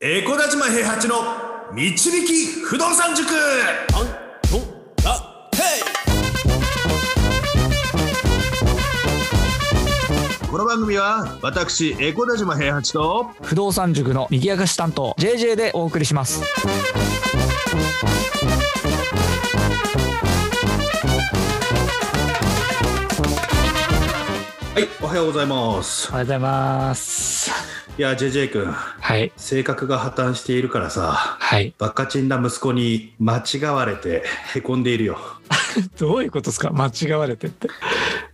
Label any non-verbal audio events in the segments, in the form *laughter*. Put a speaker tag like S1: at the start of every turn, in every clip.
S1: エコダ島平八の導き不動産塾
S2: アントラテ
S1: この番組は私エコダ島平八と
S3: 不動産塾の賑やかし担当 JJ でお送りします
S1: はいおはようございます
S3: おはようございます
S1: いや JJ 君
S3: はい
S1: 性格が破綻しているからさ
S3: はい
S1: バカチンな息子に間違われてへこんでいるよ
S3: どういうことですか間違われてって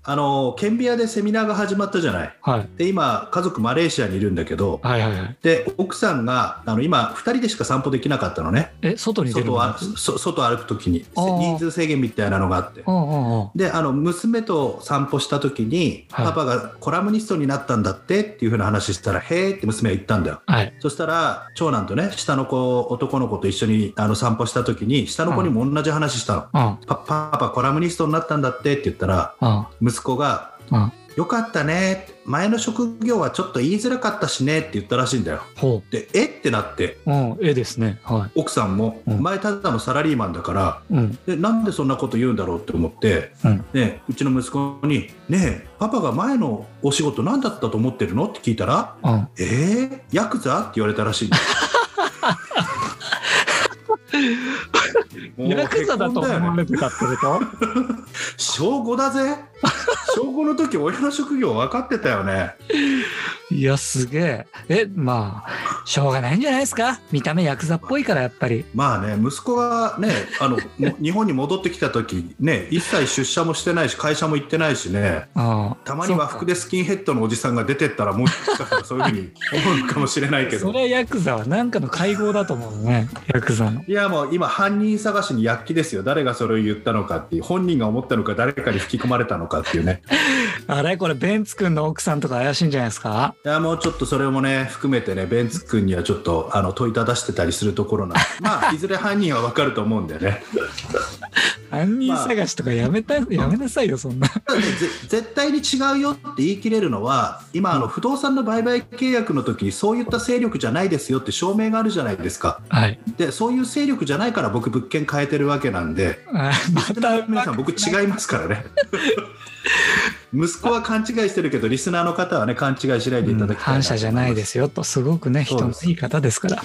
S1: あの顕微屋でセミナーが始まったじゃない
S3: はい
S1: で今家族マレーシアにいるんだけど
S3: はいはいはい
S1: で奥さんがあの今2人でしか散歩できなかったのね
S3: え外に出る
S1: 外
S3: の
S1: をあそ外を歩く時に
S3: あー
S1: 人数制限みたいなのがあって
S3: うんうんうん
S1: であの娘と散歩した時に、
S3: はい
S1: パパがコラムニストになったんだってっていうふうな話したら「へえ」って娘が言ったんだよ
S3: はい
S1: そしたら長男とね下の子男の子と一緒にあの散歩した時に下の子にも同じ話したの、
S3: うん
S1: パパパコラムニストになったんだってって言ったら
S3: うん
S1: 息子が
S3: うん
S1: 「よかったね」前の職業はちょっと言いづらかったしねって言ったらしいんだよ
S3: ほ
S1: で「えっ?」てなって
S3: ううん絵ですねは
S1: 奥さんも「
S3: うん
S1: 前ただのサラリーマンだから
S3: いうん
S1: でなんでそんなこと言うんだろうって思って、
S3: うん
S1: ね、うちの息子に「ねえパパが前のお仕事何だったと思ってるの?」って聞いたら
S3: うん
S1: 「えー、ヤクザ?」って言われたらしいんだもう
S3: *laughs* ヤクザだと
S1: へこんよね
S3: 思われてたってこと
S1: 小5だぜ小5の時親の職業分かってたよね
S3: いやすげええまあしょうがないんじゃないですか見た目ヤクザっぽいからやっぱり
S1: まあね息子がねあのも日本に戻ってきた時ね一切出社もしてないし会社も行ってないしね
S3: うん
S1: たまに和服でスキンヘッドのおじさんが出てったらもしかしたらそういうふうに思うかもしれないけ
S3: そ
S1: ど
S3: れはヤクザは何かの会合だと思うねヤクザの
S1: いやもう今犯人探しに躍起ですよ誰がそれを言ったのかっていう本人が思ったのか誰かに吹き込まれたのかっていうね
S3: あれこれベンツ君の奥さんとか怪しいんじゃないですか
S1: いやもうちょっとそれもね含めてねベンツ君にはちょっとあの問いただしてたりするところ
S3: *laughs*
S1: なんでまあいずれ犯人は分かると思うんだよね
S3: 犯人探しとかやめた、やめなさいよそんな
S1: ただねぜ絶対に違うよって言い切れるのは今あの不動産の売買契約の時にそういった勢力じゃないですよって証明があるじゃないですか
S3: はい
S1: でそういう勢力じゃないから僕物件変えてるわけなんで
S3: あまた
S1: 皆さん僕違いますからね *laughs* 息子は勘違いしてるけどリスナーの方はね勘違いしないでいただきたいな、
S3: 反射じゃないですすよとすごくね人のいい方ですから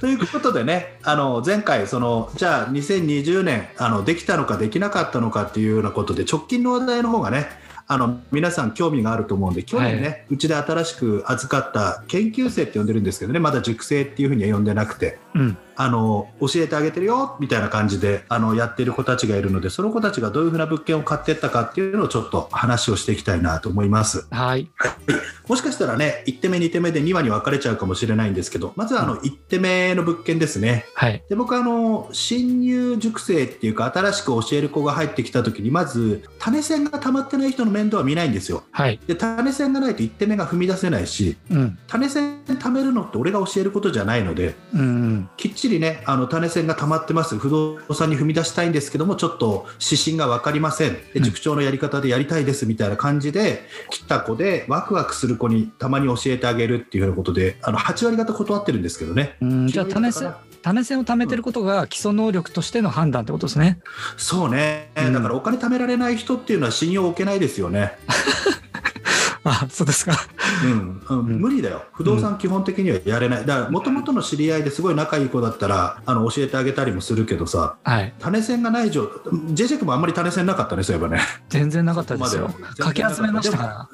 S1: ということでねあの前回そのじゃあ2020年あのできたのかできなかったのかっていうようなことで直近の話題の方がねあの皆さん興味があると思うんで去年ね、
S3: は
S1: うちで新しく預かった研究生って呼んでるんですけどねまだ塾生っていうふうには呼んでなくて
S3: うん
S1: あの教えてあげてるよみたいな感じであのやってる子たちがいるのでその子たちがどういうふうな物件を買ってったかっていうのをちょっと話をしていきたいなと思います
S3: はい
S1: もしかしたらね1手目2手目で2話に分かれちゃうかもしれないんですけどまずはあの1手目の物件ですね
S3: はい
S1: で僕はあの新入塾生っていうか新しく教える子が入ってきた時にまず種銭が溜まってない人の面倒は見ないんですよ
S3: はい
S1: で種銭がないと1手目が踏み出せないし
S3: うん
S1: 種銭貯めるのって俺が教えることじゃないので
S3: うんうん
S1: きっちりね、あの種銭が溜まってます、不動産に踏み出したいんですけども、ちょっと指針が分かりません、で
S3: うん
S1: 塾長のやり方でやりたいですみたいな感じで、来た子で、ワクワクする子にたまに教えてあげるっていうようなことで、あの8割方断ってるんですけどね。
S3: うんじゃあ
S1: 9割
S3: 種
S1: 方か
S3: 銭
S1: な
S3: 種銭を貯めてることが基礎能力としての判断ってことですね
S1: そうね、
S3: うん
S1: だからお金貯められない人っていうのは信用を置けないですよね。
S3: あそうですか
S1: うんうん
S3: うん
S1: 無理だよ、不動産基本的にはやれない、だからもともとの知り合いですごい仲いい子だったらあの教えてあげたりもするけどさ、
S3: はい
S1: 種銭がない状態、ジェジェクもあんまり種銭なかったね、そういえばね。
S3: 全然なかったですよ
S1: そこまでは
S3: かき集めましたか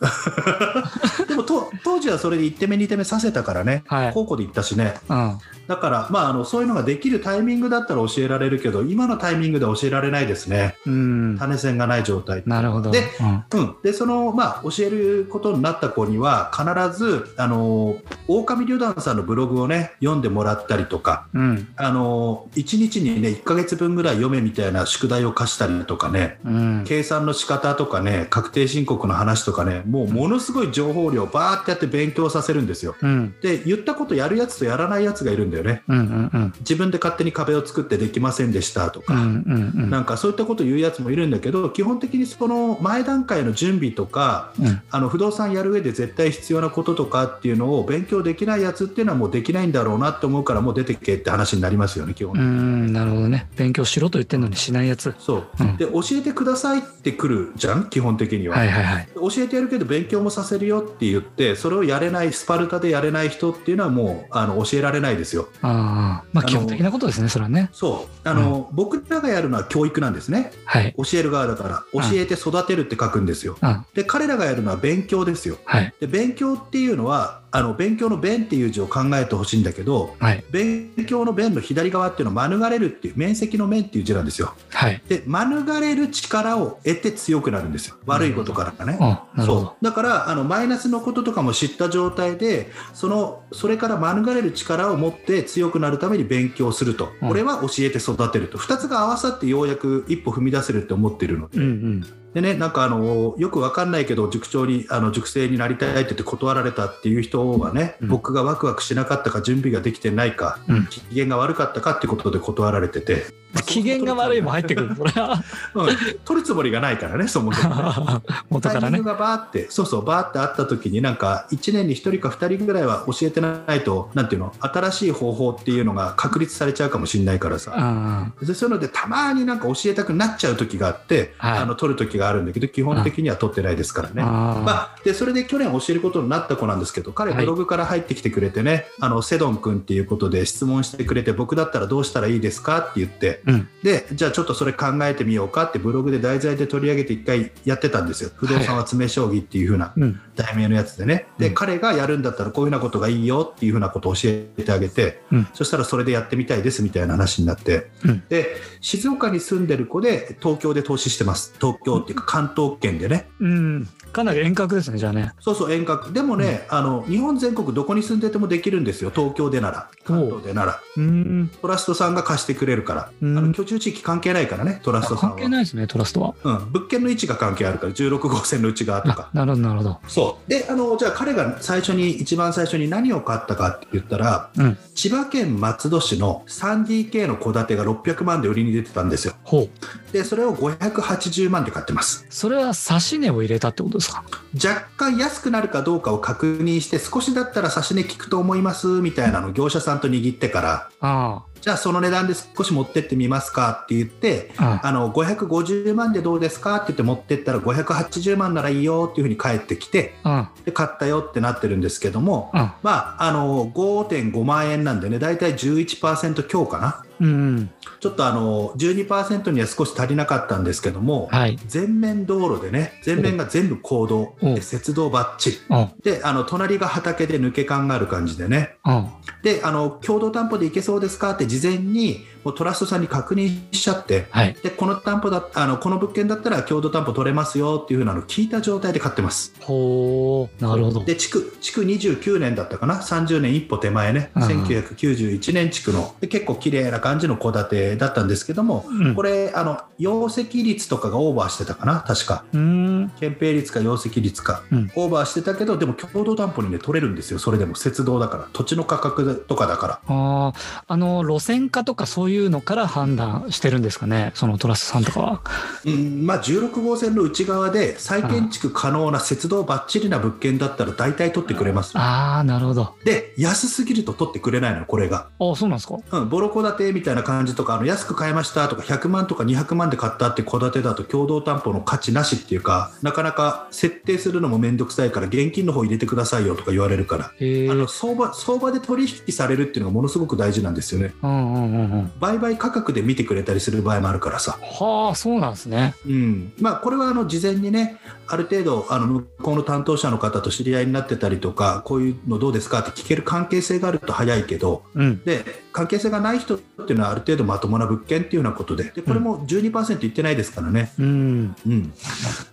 S3: ら
S1: でもと当時はそれで1手目2手目させたからね、
S3: はい
S1: 高校で行ったしね
S3: うん
S1: だから、まあ、あのそういうのができるタイミングだったら教えられるけど今のタイミングでは教えられないですね
S3: うん
S1: 種銭がない状態
S3: なるほど
S1: で
S3: うん
S1: うん、でその、まあ、教えることになった子には必ずあの狼旅団さんのブログをね読んでもらったりとか
S3: うん
S1: あの1日にね1ヶ月分ぐらい読めみたいな宿題を課したりとかね
S3: うん
S1: 計算の仕方とかね確定申告の話とかねもうものすごい情報量バーってやって勉強させるんですよ
S3: うん
S1: で言ったことやるやつとやらないやつがいるんだよね
S3: うんうんうん
S1: 自分で勝手に壁を作ってできませんでしたと
S3: う
S1: か、
S3: んうん
S1: なんかそういったこと言うやつもいるんだけど基本的にその前段階の準備とか
S3: うん
S1: あの不動産やる上で絶対必要なこととかっていうのを勉強できないやつっていうのはもうできないんだろうなって思うからもう出てけって話になりますよね基本
S3: うーんなるほどね勉強しろと言ってんのにしないやつ
S1: そう、
S3: うん
S1: で教えてくださいってくるじゃん基本的には、
S3: はいはいはい
S1: 教えてやるけど勉強もさせるよって言ってそれをやれないスパルタでやれない人っていうのはもうあの教えられないですよ
S3: ああま
S1: あの
S3: あ基本的なことですねそれはね
S1: そうあの、僕らがやるのは教育なんですね
S3: はい
S1: 教える側だから
S3: うん
S1: 教えて育てるって書くんですよ
S3: あ
S1: で彼らがやるのは勉強ですよ
S3: はい
S1: で勉強っていうのはあの勉強の「弁」っていう字を考えてほしいんだけど
S3: はい
S1: 勉強の「弁」の左側っていうのは免れるっていう面積の「面」っていう字なんですよ
S3: はい
S1: で免れる力を得て強くなるんですよ悪いことからね、
S3: あなるほど
S1: そうだからあのマイナスのこととかも知った状態でそのそれから免れる力を持って強くなるために勉強すると、
S3: うん
S1: これは教えて育てると2つが合わさってようやく一歩踏み出せるって思ってるので,、
S3: うんうん
S1: でねなんかあのよく分かんないけど塾長にあの塾生になりたいって言って断られたっていう人はね、
S3: うん
S1: 僕がワクワクしなかったか準備ができてないか、
S3: うん
S1: 機嫌が悪かったかってことで断られてて、
S3: 機嫌が悪いも入ってくるそれは
S1: *laughs* うん、取るつもりがないからねそもそも
S3: *laughs*
S1: ね。
S3: 元か
S1: タイ
S3: ら
S1: ミン
S3: ね
S1: グがバーって、そうそう、バーってあった時に、なんか、1年に1人か2人ぐらいは教えてないと、なんていうの、新しい方法っていうのが確立されちゃうかもしれないからさ、
S3: あ
S1: でそういうので、たまになんか教えたくなっちゃう時があって、
S3: はい
S1: あの取る時があるんだけど、基本的には取ってないですから
S3: ー
S1: ね。
S3: あ
S1: まあ、でそれで去年教えることになった子なんですけど彼
S3: はい
S1: ブログから入ってきてくれてね、あのセドン君っていうことで質問してくれて僕だったらどうしたらいいですかって言って
S3: ーうん
S1: でじゃあちょっとそれ考えてみようかってブログで題材で取り上げて一回やってたんですよ不動産は詰め将棋っていう風な
S3: うん
S1: 題名のやつでね、
S3: う
S1: で
S3: ん
S1: 彼がやるんだったらこういうふうなことがいいよっていうふうなことを教えてあげて、
S3: うん
S1: そしたらそれでやってみたいですみたいな話になって、
S3: うん
S1: で静岡に住んでる子で東京で投資してます東京っていうか関東圏でね
S3: うんかなり遠隔ですねじゃあね
S1: そうそう遠隔でもね、あの日本全国どこに住んでてもできるんですよ東京でなら関東でなら
S3: うーん
S1: トラストさんが貸してくれるから、
S3: うん
S1: あの居住地域関係ないからねトラストさん
S3: 関
S1: は
S3: 係ないですねトラストは
S1: うん、物件の位置が関係あるから16号線の内側と
S3: あ
S1: か。
S3: なるほどなるほど
S1: そうであのじゃあ彼が最初に一番最初に何を買ったかって言ったら、
S3: うん
S1: 千葉県松戸市の 3DK の戸建てが600万で売りに出てたんですよ
S3: ほう
S1: でそれを580万で買ってます
S3: それは差し値を入れたってことですか
S1: 若干安くなるかどうかを確認して少しだったら差し値聞くと思いますみたいなのを業者さんと握ってから
S3: あ
S1: じゃあその値段で少し持ってってみますかって言って
S3: あああ
S1: あの550万でどうですかって言って持ってったら580万ならいいよっていうふうに返ってきて
S3: あ
S1: で買ったよってなってるんですけども、
S3: あ
S1: まあ、あの5.5万円なんでね大体11%強かな
S3: うん
S1: ちょっとあの12%には少し足りなかったんですけども、
S3: はい
S1: 全面道路でね全面が全部公道
S3: お
S1: で雪道ばっちり
S3: あ
S1: であの隣が畑で抜け感がある感じでね
S3: あ
S1: であの共同担保で行けそうですかって事前にもうトラストさんに確認しちゃって
S3: はい
S1: でこの担保だあのこの物件だったら共同担保取れますよっていうふうなのを聞いた状態で買ってます
S3: ほうなるほど
S1: で築築29年だったかな30年一歩手前ね、
S3: うん
S1: 1991年築ので結構綺麗な感じの戸建てだったんですけども
S3: うん
S1: これあの容積率とかがオーバーしてたかな確か
S3: うーん
S1: 憲兵率か容積率か、
S3: うん
S1: オーバーしてたけどでも共同担保にね取れるんですよそれでも雪道だから土地の価格とかだから
S3: あああの路線化とかそういうのから判断してるんですかねそのトラストさんとかは
S1: うんまあ、16号線の内側で再建築可能な雪道ばっちりな物件だったら大体取ってくれますよ
S3: ああなるほど
S1: で安すぎると取ってくれないのこれが、
S3: あそうなんですか
S1: うん、ボロ戸建てみたいな感じとかあの安く買いましたとか100万とか200万で買ったって戸建てだと共同担保の価値なしっていうかなかなか設定するのも面倒くさいから現金の方入れてくださいよとか言われるから。
S3: へえ
S1: あ
S3: う
S1: の
S3: ん
S1: 相場相場で取引されるっていうのがものすごく大事なんですよね
S3: うんうんうん
S1: 売買価格で見てくれたりする場合もあるからさ
S3: はあそうなんですね
S1: うんまあ、これはあの事前にね、ある程度、あの向こうの担当者の方と知り合いになってたりとか、こういうのどうですかって聞ける関係性があると早いけど、
S3: うん
S1: で関係性がない人っていうのは、ある程度まともな物件っていうようなことで、でこれも12%いってないですからね、
S3: うん
S1: うん、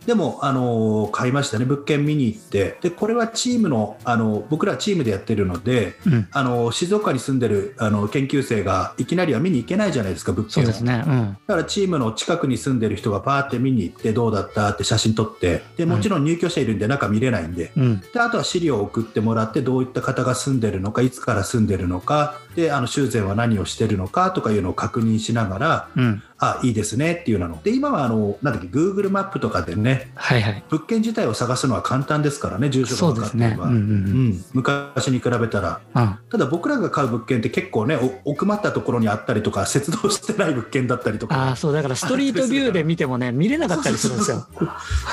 S1: でも、あの買いましたね、物件見に行って、でこれはチームの、あの僕らチームでやってるので、
S3: うん
S1: あの静岡に住んでるあの研究生がいきなりは見に行けないじゃないですか、物
S3: そ
S1: 件
S3: うで
S1: を
S3: す。ねうん
S1: だからチームの近くに住んでる人がパーって見に行ってどうだったって写真撮ってでもちろん入居者いるんで中見れないんで。
S3: うん
S1: であとは資料を送ってもらってどういった方が住んでるのかいつから住んでるのかであの修税は何をしてるのかとかいうのを確認しながら、
S3: うん。
S1: あ、いいですねっていうようなの。で、今は、あの、なんだっけ、Google マップとかでね、
S3: はいはい。
S1: 物件自体を探すのは簡単ですからね、住所
S3: そ
S1: が
S3: う
S1: 分
S3: で
S1: かっ
S3: す
S1: てれ
S3: ね。
S1: ば。
S3: うんうん
S1: う
S3: うん。
S1: ん、昔に比べたら、
S3: あ
S1: ただ僕らが買う物件って結構ね、お奥まったところにあったりとか、接道してない物件だったりとか、
S3: あー、そう、だからストリートビューで見てもね、見れなかったりするんですよ。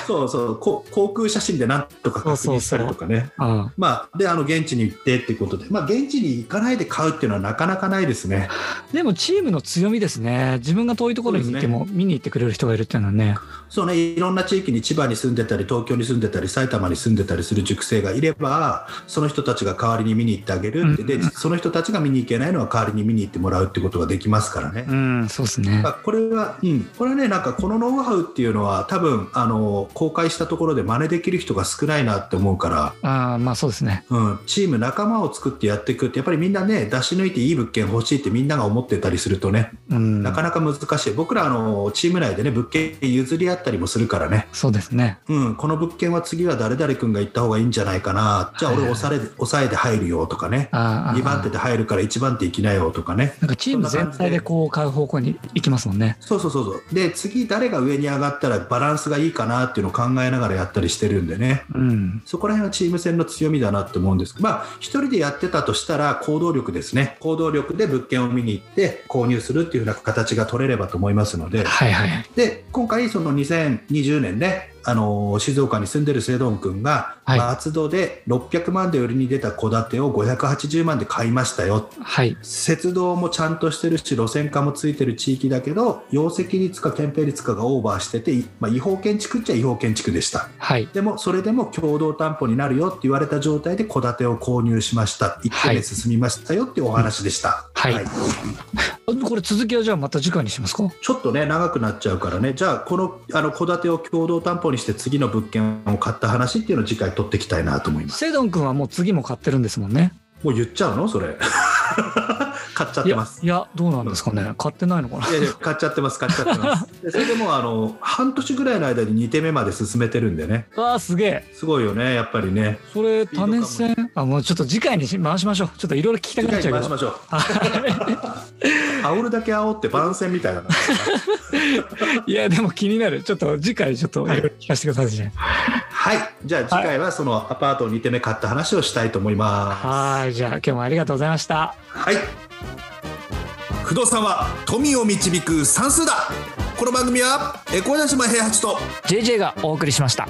S1: そうそう、こ航空写真でなんとか確認したりとかね、
S3: うん。
S1: まあ、で、あの現地に行ってってことで、まあ、現地に行かないで買うっていうのはなかなかないですね。
S3: でもチームの強みですね。自分が遠いところにいても見に行ってくれる人がいるっていうのはね。
S1: そうね、いろんな地域に千葉に住んでたり、東京に住んでたり、埼玉に住んでたりする塾生がいれば、その人たちが代わりに見に行ってあげるって、
S3: う
S1: で、その人たちが見に行けないのは代わりに見に行ってもらうってことができますからね。
S3: うん、そうですね
S1: ま。あこれは、うん、これはね、なんかこのノウハウっていうのは、多分あの公開したところで真似できる人が少ないなって思うから、
S3: ああ、まあそうですね。
S1: うん、チーム、仲間を作ってやっていくって、やっぱりみんなね、出し抜いていい物件欲しいってみんなが思ってたりするとね、
S3: うん。
S1: なかなか難しい、僕らあのチーム内でね、物件譲り合ったりもするからね、
S3: そうですね。
S1: うん、この物件は次は誰々君が行った方がいいんじゃないかな、じゃあ俺、押され抑えて入るよとかね、
S3: あーあー、
S1: 2番手で入るから1番手行きなよとかね。
S3: なんかチーム全体でこう買う方向に行きますもんね。
S1: そうそうそうそうで次誰が上に上がったらバランスがいいかなっていうのを考えながらやったりしてるんでね
S3: うん。
S1: そこら辺はチーム戦の強みだなって思うんですけどまあ一人でやってたとしたら行動力ですね行動力で物件を見に行って購入するっていうような形が取れればと思いますので
S3: はいはい。
S1: で今回その2020年ねあのー静岡に住んでるセドン君が
S3: はい
S1: 松戸で600万で売りに出た戸建てを580万で買いましたよ
S3: はい。
S1: 雪道もちゃんとしてるし路線化もついてる地域だけど容積率か憲兵率かがオーバーしてて、いまあ、違法建築っちゃ違法建築でした
S3: はい。
S1: でもそれでも共同担保になるよって言われた状態で戸建てを購入しました一
S3: は
S1: 軒
S3: い
S1: 目進みましたよっていうお話でした、
S3: はいこれ続きはじゃあまた次回にしますか
S1: ちょっとね長くなっちゃうからねじゃあこのあの戸建てを共同担保にして次の物件を買った話っていうのを次回取っていきたいなと思います
S3: セドン君はもう次も買ってるんですもんね。
S1: もう言っちゃうのそれ *laughs* 買っちゃっ
S3: い
S1: て
S3: や
S1: ます、
S3: いや、どうなんですかね。買ってないのかない
S1: やいや買っちゃってます買っちゃってます
S3: *laughs*
S1: でそれでもうあの半年ぐらいの間に2手目まで進めてるんでね
S3: わあ、すげえ。
S1: すごいよねやっぱりね
S3: それ、
S1: ピード感
S3: 試
S1: も
S3: せん。あ、もうちょっと次回にし回しましょう。ちょっといろいろ聞きた
S1: 次
S3: くなっ
S1: 回
S3: ちゃ
S1: に
S3: うけ
S1: 回しま
S3: ど。
S1: しょう
S3: は
S1: 煽るだけ煽って番宣みたいな
S3: *laughs* いいや、でも気になる。ちょっと次回、ちょっといろいろ聞かせてくださいね。
S1: はいじゃあ次回はそのアパートを2手目買った話をしたいと思いま
S3: はい。じゃあ、今日もありがとうございました。
S1: すはい
S2: 不動産は富を導く算数だこの番組はエコーダシマ平八と
S3: JJ がお送りしました。